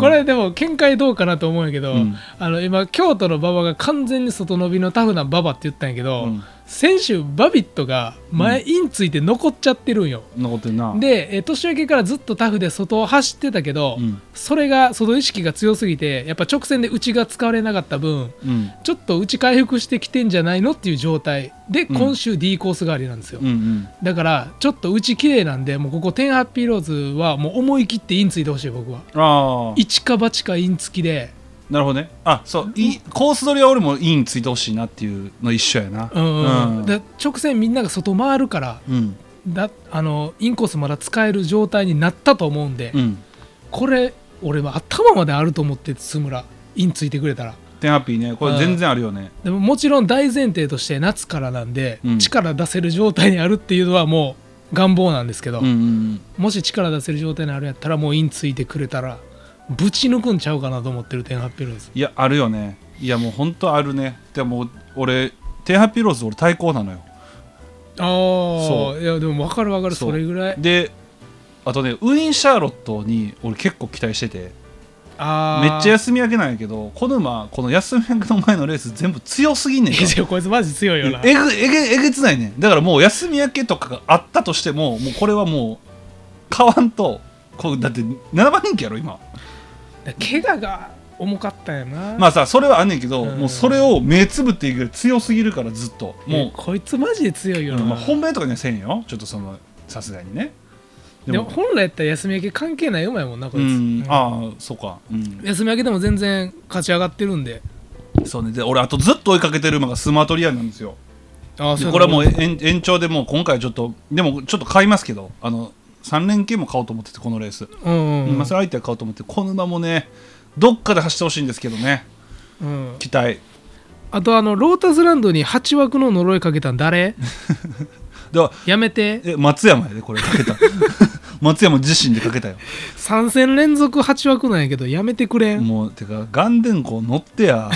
[SPEAKER 2] これでも見解どうかなと思うんやけど、
[SPEAKER 1] うん
[SPEAKER 2] あの今京都の馬場が完全に外伸びのタフな馬場って言ったんやけど、
[SPEAKER 1] うん
[SPEAKER 2] 先週バビットが前インついて残っちゃってるんよ、
[SPEAKER 1] 残ってんな
[SPEAKER 2] でえー年明けからずっとタフで外を走ってたけど、
[SPEAKER 1] うん
[SPEAKER 2] それが外意識が強すぎてやっぱ直線で内が使われなかった分
[SPEAKER 1] うん
[SPEAKER 2] ちょっと内回復してきてんじゃないのっていう状態で
[SPEAKER 1] うん
[SPEAKER 2] 今週 D コース代わりなんですよ、
[SPEAKER 1] うんうん
[SPEAKER 2] だからちょっと内綺麗なんでもうここ10ハッピーローズはもう思い切ってインついてほしい僕は
[SPEAKER 1] ああ
[SPEAKER 2] 一か八かイン付きで、
[SPEAKER 1] なるほどねあそういコース取りは俺もインついてほしいなっていうの一緒やな
[SPEAKER 2] うん
[SPEAKER 1] うん
[SPEAKER 2] だ直線みんなが外回るから
[SPEAKER 1] うん
[SPEAKER 2] だあのインコースまだ使える状態になったと思うんで、
[SPEAKER 1] うん
[SPEAKER 2] これ俺は頭まであると思って津村インついてくれたら
[SPEAKER 1] テンハッピーねこれ全然あるよね
[SPEAKER 2] でももちろん大前提として夏からなんで、
[SPEAKER 1] うん
[SPEAKER 2] 力出せる状態にあるっていうのはもう願望なんですけど、
[SPEAKER 1] うんうん
[SPEAKER 2] もし力出せる状態にあるんやったらもうインついてくれたらぶち抜くんちゃうかなと思ってるテンハッピーローズ
[SPEAKER 1] いやあるよねいやもう本当あるねでも俺テンハッピーローズ俺対抗なのよ
[SPEAKER 2] あ
[SPEAKER 1] そ
[SPEAKER 2] あいやでも分かる分かる
[SPEAKER 1] そう
[SPEAKER 2] それぐらい
[SPEAKER 1] であとねウィン・シャーロットに俺結構期待してて
[SPEAKER 2] あ
[SPEAKER 1] め
[SPEAKER 2] あ
[SPEAKER 1] っちゃ休み明けなんやけどこの馬この休み明けの前のレース全部強すぎんねん か
[SPEAKER 2] いやこいつマジ強いよな
[SPEAKER 1] えぐえげえげつないねんだからもう休み明けとかがあったとしてももうこれはもう買わんとこうだって7番人気やろ今
[SPEAKER 2] 怪我が重かったよな
[SPEAKER 1] まあさそれはあんねんけど
[SPEAKER 2] うん
[SPEAKER 1] もうそれを目つぶっていくぐらい強すぎるからずっと
[SPEAKER 2] もう
[SPEAKER 1] も、
[SPEAKER 2] こいつマジで強いうよな、
[SPEAKER 1] まあ、本命とかにはせんよちょっとそのさすがにね
[SPEAKER 2] でも本来やったら休み明け関係ない馬やもんなこ
[SPEAKER 1] う
[SPEAKER 2] いつ、
[SPEAKER 1] ん
[SPEAKER 2] うん
[SPEAKER 1] ああそうか、うん、
[SPEAKER 2] 休み明けでも全然勝ち上がってるんで
[SPEAKER 1] そうねで俺あとずっと追いかけてる馬がスマトリアなんですよ
[SPEAKER 2] ああ
[SPEAKER 1] でこれはもう
[SPEAKER 2] え
[SPEAKER 1] 延延長でもう今回ちょっとでもちょっと買いますけどあの3連休も買おうと思っててこのレース
[SPEAKER 2] うん、うん
[SPEAKER 1] まあ、それ相手は買おうと思ってこの馬もねどっかで走ってほしいんですけどね
[SPEAKER 2] うん、
[SPEAKER 1] 期待
[SPEAKER 2] あとあのロータスランドに8枠の呪いかけたん誰
[SPEAKER 1] では
[SPEAKER 2] やめて
[SPEAKER 1] え松山やでこれか けた松山自身でかけたよ
[SPEAKER 2] 3戦連続8枠なんやけどやめてく れん、い
[SPEAKER 1] もうてか眼電光乗っ てや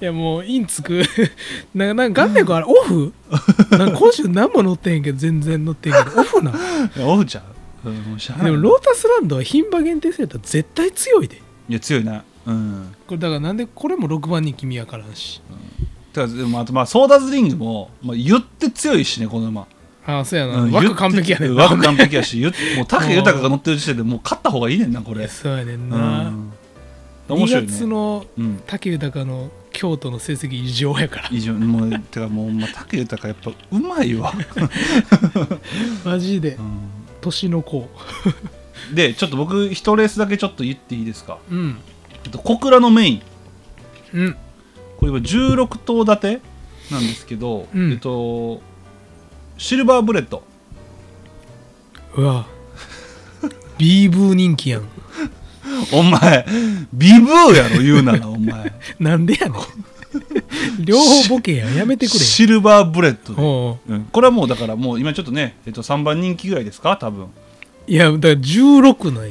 [SPEAKER 2] やもうインつく ななんか顔面あれオフなんか今週何も乗ってんけど全然乗ってんけ どオフな
[SPEAKER 1] オフちゃう、うん、もうしゃあな
[SPEAKER 2] で
[SPEAKER 1] い
[SPEAKER 2] もロータスランドは牝馬限定制やったら絶対強いで
[SPEAKER 1] いや強いなうん
[SPEAKER 2] これだからなんでこれも6番人気見やからんして
[SPEAKER 1] かでもあとまあソーダズリングも、まあ、言って強いしねこの馬、
[SPEAKER 2] ああそうやな、
[SPEAKER 1] うん、
[SPEAKER 2] 枠完璧やね
[SPEAKER 1] 言
[SPEAKER 2] ん
[SPEAKER 1] っ
[SPEAKER 2] な
[SPEAKER 1] て枠完璧やし言ってもう武豊が乗ってる時点でもう勝った方がいいねんなこれ
[SPEAKER 2] そうやねん
[SPEAKER 1] う
[SPEAKER 2] な、
[SPEAKER 1] ん面
[SPEAKER 2] 2
[SPEAKER 1] 白いね
[SPEAKER 2] 月の
[SPEAKER 1] うん
[SPEAKER 2] 武豊の京都の成績異常やから
[SPEAKER 1] 以上もうてかもう、まあ、武豊やっぱうまいわ、
[SPEAKER 2] マジで
[SPEAKER 1] うん
[SPEAKER 2] 年の子
[SPEAKER 1] でちょっと僕一レースだけちょっと言っていいですか
[SPEAKER 2] うん
[SPEAKER 1] えっと小倉のメイン
[SPEAKER 2] うん
[SPEAKER 1] これは16頭立てなんですけど、
[SPEAKER 2] うん
[SPEAKER 1] えっとシルバーブレッド
[SPEAKER 2] うわビーブー人気やん
[SPEAKER 1] お前ビブーやろ言うな らお前
[SPEAKER 2] なんでやね ん両方ボケやんやめてくれ
[SPEAKER 1] シルバーブレッドで、
[SPEAKER 2] おうおう
[SPEAKER 1] うん、これはもうだからもう今ちょっとね、えっと、3番人気ぐらいですか多分
[SPEAKER 2] いやだから16なんや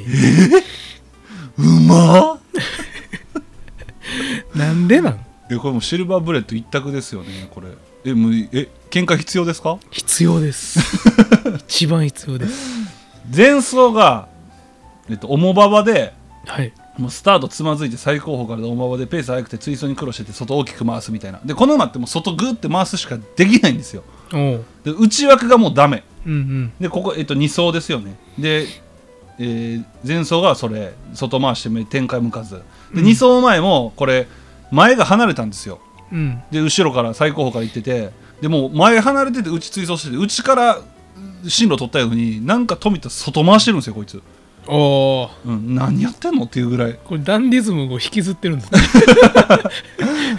[SPEAKER 1] うまっ
[SPEAKER 2] なんでなん
[SPEAKER 1] えこれもうシルバーブレッド一択ですよねこれえもうえ喧嘩必要ですか
[SPEAKER 2] 必要です一番必要です
[SPEAKER 1] 前走が、えっと、重馬場で
[SPEAKER 2] はい
[SPEAKER 1] もうスタートつまずいて最後方からの馬場でペース速くて追走に苦労してて外大きく回すみたいなでこの馬ってもう外グーって回すしかできないんですよ
[SPEAKER 2] おう
[SPEAKER 1] で内枠がもうダメ
[SPEAKER 2] うんうん
[SPEAKER 1] でここ、えっと、2走ですよねで、えー前走がそれ外回して展開向かずで2走前もこれ前が離れたんですよ
[SPEAKER 2] うん
[SPEAKER 1] で後ろから最後方から行っててでもう前離れてて内追走してて内から進路取ったようになんか富田外回してるんですよこいつ、
[SPEAKER 2] おお
[SPEAKER 1] うん、何やってんのっていうぐらい
[SPEAKER 2] これダンディズムを引きずってるんです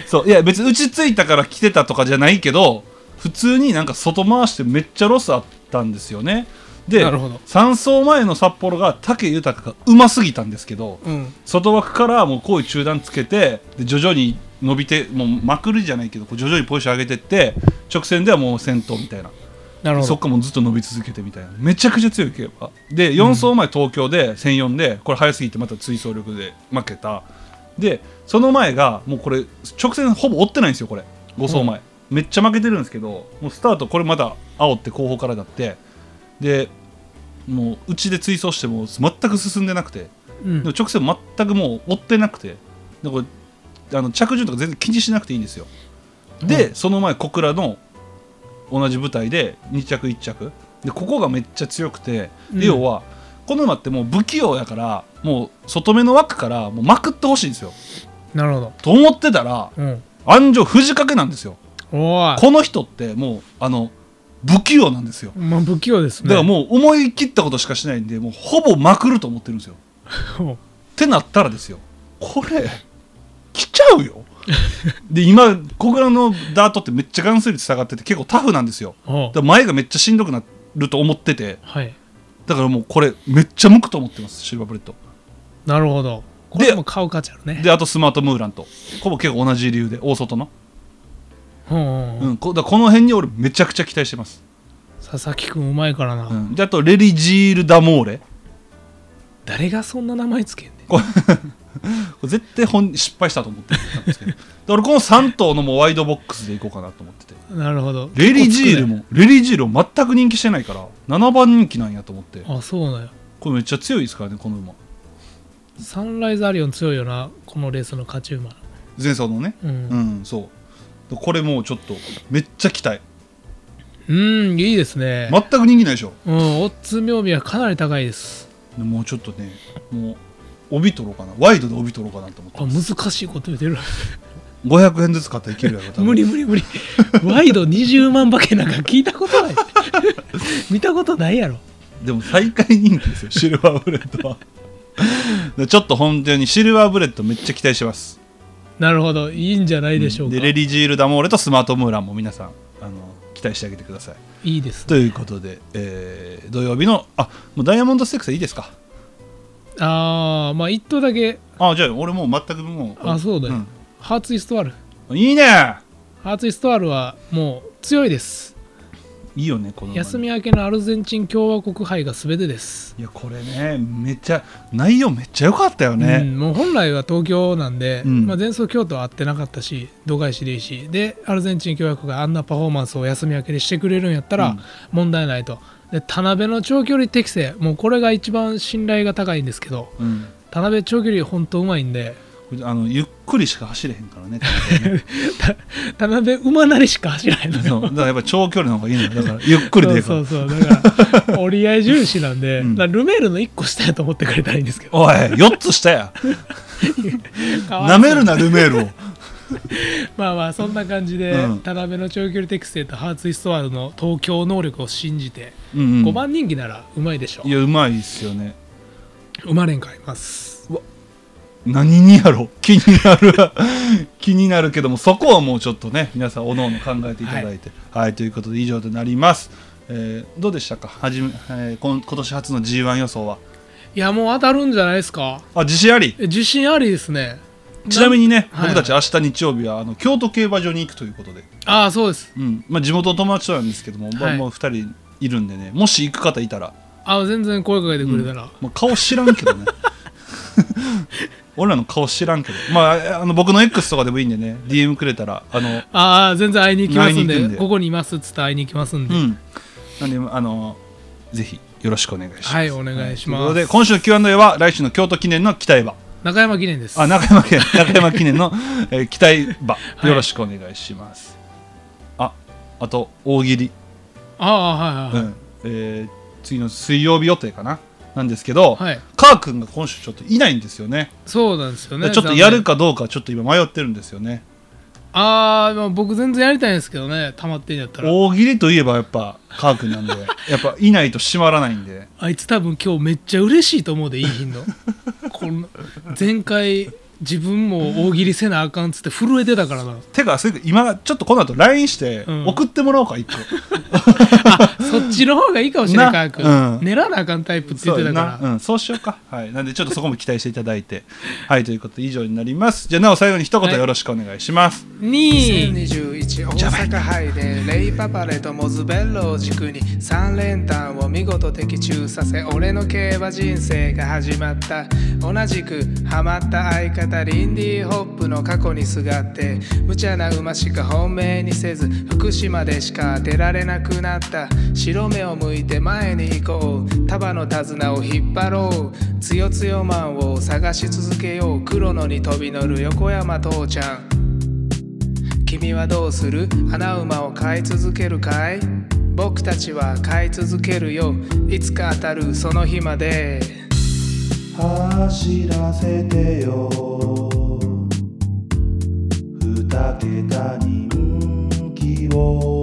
[SPEAKER 1] そういや別に打ちついたから来てたとかじゃないけど普通になんか外回してめっちゃロスあったんですよねで
[SPEAKER 2] なるほど
[SPEAKER 1] 3走前の札幌が武豊がうますぎたんですけど
[SPEAKER 2] うん
[SPEAKER 1] 外枠からもうこういう中断つけてで徐々に伸びてもうまくるじゃないけどこう徐々にポジション上げてって直線ではもう先頭みたいな
[SPEAKER 2] なるほ
[SPEAKER 1] そ
[SPEAKER 2] ど
[SPEAKER 1] っからもうずっと伸び続けてみたいなめちゃくちゃ強い競馬で4走前東京で1004でこれ速すぎてまた追走力で負けたでその前がもうこれ直線ほぼ追ってないんですよこれ5走前、めっちゃ負けてるんですけどもうスタートこれまだ煽って後方からだってでもううちで追走しても全く進んでなくて
[SPEAKER 2] うん
[SPEAKER 1] でも直線全くもう追ってなくてでこれあの着順とか全然気にしなくていいんですよで、
[SPEAKER 2] う
[SPEAKER 1] その前小倉の同じ舞台で2着1着でここがめっちゃ強くて、
[SPEAKER 2] うん
[SPEAKER 1] で要はこの馬ってもう不器用やからもう外目の枠からもうまくってほしいんですよ
[SPEAKER 2] なるほど
[SPEAKER 1] と思ってたら
[SPEAKER 2] うん
[SPEAKER 1] 案上藤掛けなんですよ
[SPEAKER 2] おい
[SPEAKER 1] この人ってもうあの不器用なんですよ
[SPEAKER 2] まあ不器用ですね
[SPEAKER 1] だからもう思い切ったことしかしないんでもうほぼまくると思ってるんですよ
[SPEAKER 2] も
[SPEAKER 1] ってなったらですよこれ来ちゃうよ で今小倉のダートってめっちゃ含水率下がってて結構タフなんですよ
[SPEAKER 2] うお
[SPEAKER 1] だ
[SPEAKER 2] う
[SPEAKER 1] から前がめっちゃしんどくなると思ってて
[SPEAKER 2] はい
[SPEAKER 1] だからもうこれめっちゃ向くと思ってますシルバーブレッド
[SPEAKER 2] なるほどこれも買う価値あるね
[SPEAKER 1] であとスマートムーランとほぼ結構同じ理由で大外の、
[SPEAKER 2] うんうん
[SPEAKER 1] う
[SPEAKER 2] うん
[SPEAKER 1] ん、こだからこの辺に俺めちゃくちゃ期待してます、
[SPEAKER 2] 佐々木くんうまいからな、
[SPEAKER 1] うん、であとレリジール・ダモーレ
[SPEAKER 2] 誰がそんな名前つけんねん
[SPEAKER 1] これ絶対本失敗したと思ってたんですけ どで俺この3頭のもうワイドボックスでいこうかなと思ってて
[SPEAKER 2] なるほど
[SPEAKER 1] レリジール
[SPEAKER 2] も
[SPEAKER 1] もレリジールも全く人気してないから7番人気なんやと思って
[SPEAKER 2] あそうなんや
[SPEAKER 1] これめっちゃ強いですからねこの馬
[SPEAKER 2] サンライズアリオン強いよなこのレースの勝ち馬
[SPEAKER 1] 前走のね
[SPEAKER 2] う、
[SPEAKER 1] うんん、そうこれもうちょっとめっちゃ期待
[SPEAKER 2] うん、いいですね、
[SPEAKER 1] 全く人気ないでしょ
[SPEAKER 2] うんオッズ妙味はかなり高いです
[SPEAKER 1] でもうちょっとねもう帯取ろうかなワイドで帯取ろうかなと思って
[SPEAKER 2] あ難しいこと言ってる
[SPEAKER 1] 500円ずつ買ったらいけるやろ多分
[SPEAKER 2] 無理無理無理ワイド20万馬券なんか聞いたこと ない見たことないやろ
[SPEAKER 1] でも最下位人気ですよシルバーブレッドはでちょっと本当にシルバーブレッドめっちゃ期待してます
[SPEAKER 2] なるほどいいんじゃないでしょうか、
[SPEAKER 1] でレリジールダモーレとスマートムーランも皆さんあの期待してあげてください
[SPEAKER 2] いいですね
[SPEAKER 1] ということで、えー土曜日のあもうダイヤモンドステークスはいいですか
[SPEAKER 2] ああまあ1頭だけ
[SPEAKER 1] あじゃあ俺もう全くもう
[SPEAKER 2] あそうだよ、
[SPEAKER 1] ん
[SPEAKER 2] ハーツイストワール
[SPEAKER 1] いいね
[SPEAKER 2] ハーツイストワールはもう強いです
[SPEAKER 1] いいよねこの馬ね
[SPEAKER 2] 休み明けのアルゼンチン共和国杯が全てです
[SPEAKER 1] いやこれねめっちゃ内容めっちゃ良かったよ
[SPEAKER 2] う
[SPEAKER 1] ね、
[SPEAKER 2] ん、もう本来は東京なんで、
[SPEAKER 1] うん
[SPEAKER 2] まあ、前走京都は合ってなかったし度外視でいいしでアルゼンチン共和国があんなパフォーマンスを休み明けでしてくれるんやった
[SPEAKER 1] う
[SPEAKER 2] ら
[SPEAKER 1] ん
[SPEAKER 2] 問題ないと、で田辺の長距離適正もうこれが一番信頼が高いんですけど
[SPEAKER 1] うん
[SPEAKER 2] 田辺長距離本当うまいんで
[SPEAKER 1] あのゆっくりしか走れへんからね
[SPEAKER 2] 田辺馬なりしか走らないの
[SPEAKER 1] そ
[SPEAKER 2] よ
[SPEAKER 1] うだからやっぱ長距離の方がいいのよだからゆっくりでいいか
[SPEAKER 2] そ
[SPEAKER 1] ら
[SPEAKER 2] うそうそうだから折り合い重視なんで、
[SPEAKER 1] うん
[SPEAKER 2] だからルメールの1個下やと思ってくれたらいいんですけど
[SPEAKER 1] おい4つ下や
[SPEAKER 2] かわいそ
[SPEAKER 1] な
[SPEAKER 2] う
[SPEAKER 1] めるなルメールを
[SPEAKER 2] まあまあそんな感じで、
[SPEAKER 1] うん
[SPEAKER 2] 田辺の長距離適正とハーツイストワールの東京能力を信じて
[SPEAKER 1] うんうん
[SPEAKER 2] 5番人気ならうまいでしょ
[SPEAKER 1] いやうまいっすよね
[SPEAKER 2] うまれんかいます
[SPEAKER 1] 何にやろう 気になる気になるけどもそこはもうちょっとね皆さんおのおの考えていただいてはい、ということで以上となります、えーどうでしたかはじめ、えーこん今年初の G1 予想はい
[SPEAKER 2] やもう当たるんじゃないですか
[SPEAKER 1] あ自信あり
[SPEAKER 2] え自信ありですね
[SPEAKER 1] ちなみにね、
[SPEAKER 2] はい
[SPEAKER 1] 僕たち明日日曜日はあの京都競馬場に行くということで、
[SPEAKER 2] ああそうです
[SPEAKER 1] うんまあ、地元の友達となんですけども、まあ
[SPEAKER 2] はい
[SPEAKER 1] もう2人いるんでねもし行く方いたら、
[SPEAKER 2] あ全然声かけてくれたら、
[SPEAKER 1] まあ、顔知らんけ どね俺らの顔知らんけど、まあ、あの僕の X とかでもいいんでね DM くれたらあの、
[SPEAKER 2] ああ全然会いに行きますん
[SPEAKER 1] 会いに
[SPEAKER 2] で
[SPEAKER 1] 行くんで
[SPEAKER 2] ここにいますっつって会いに行きますん
[SPEAKER 1] う
[SPEAKER 2] で、
[SPEAKER 1] ん、なんであのぜひよろしくお願いします。
[SPEAKER 2] はいお願いします
[SPEAKER 1] ということで今週の Q&A は来週の京都記念の期待馬
[SPEAKER 2] 中山記念です
[SPEAKER 1] あ中山 記念中山記念の、えー期待馬
[SPEAKER 2] い
[SPEAKER 1] よろしくお願いします。ああと大喜利
[SPEAKER 2] ああはいはい、
[SPEAKER 1] うんえー次の水曜日予定かななんですけど、
[SPEAKER 2] はい
[SPEAKER 1] カー君が今週ちょっといないんですよね
[SPEAKER 2] そうなんですよね
[SPEAKER 1] ちょっとやる
[SPEAKER 2] か
[SPEAKER 1] かどうかちょっと今迷ってるんですよね
[SPEAKER 2] ああまあ僕全然やりたいんですけどね溜まってんやったら
[SPEAKER 1] 大喜利といえばやっぱカー君 なんでやっぱいないと閉まらないんで
[SPEAKER 2] あいつ多分今日めっちゃ嬉しいと思うでいい頻 度こんな前回自分も大喜利せなあかんっつって震えてたから な
[SPEAKER 1] てかそれ今ちょっとこの後 LINE して
[SPEAKER 2] うん
[SPEAKER 1] 送ってもらおうか一個、
[SPEAKER 2] あそっちの方がいいかもしれな
[SPEAKER 1] ない
[SPEAKER 2] 科学、
[SPEAKER 1] うん
[SPEAKER 2] 練らなあかんタイプって言
[SPEAKER 1] そ
[SPEAKER 2] っ
[SPEAKER 1] う
[SPEAKER 2] て
[SPEAKER 1] や
[SPEAKER 2] たか
[SPEAKER 1] な
[SPEAKER 2] ら、
[SPEAKER 1] うん、そうしようかはいなんでちょっとそこも期待していただいてはいということで以上になりますじゃあなお最後に一言よろしくお願いします、
[SPEAKER 2] に
[SPEAKER 3] 2021大阪杯でレイパパレとモズベッロを軸に3連単を見事的中させ俺の競馬人生が始まった同じくハマった相方リンディーホップの過去にすがって無茶な馬しか本命にせず福島でしか当てられなくなった白目を向いて前に行こう束の手綱を引っ張ろうつよつよマンを探し続けよう黒野に飛び乗る横山父ちゃん君はどうする穴馬を飼い続けるかい僕たちは飼い続けるよいつか当たるその日まで
[SPEAKER 4] 走らせてよ二桁人気を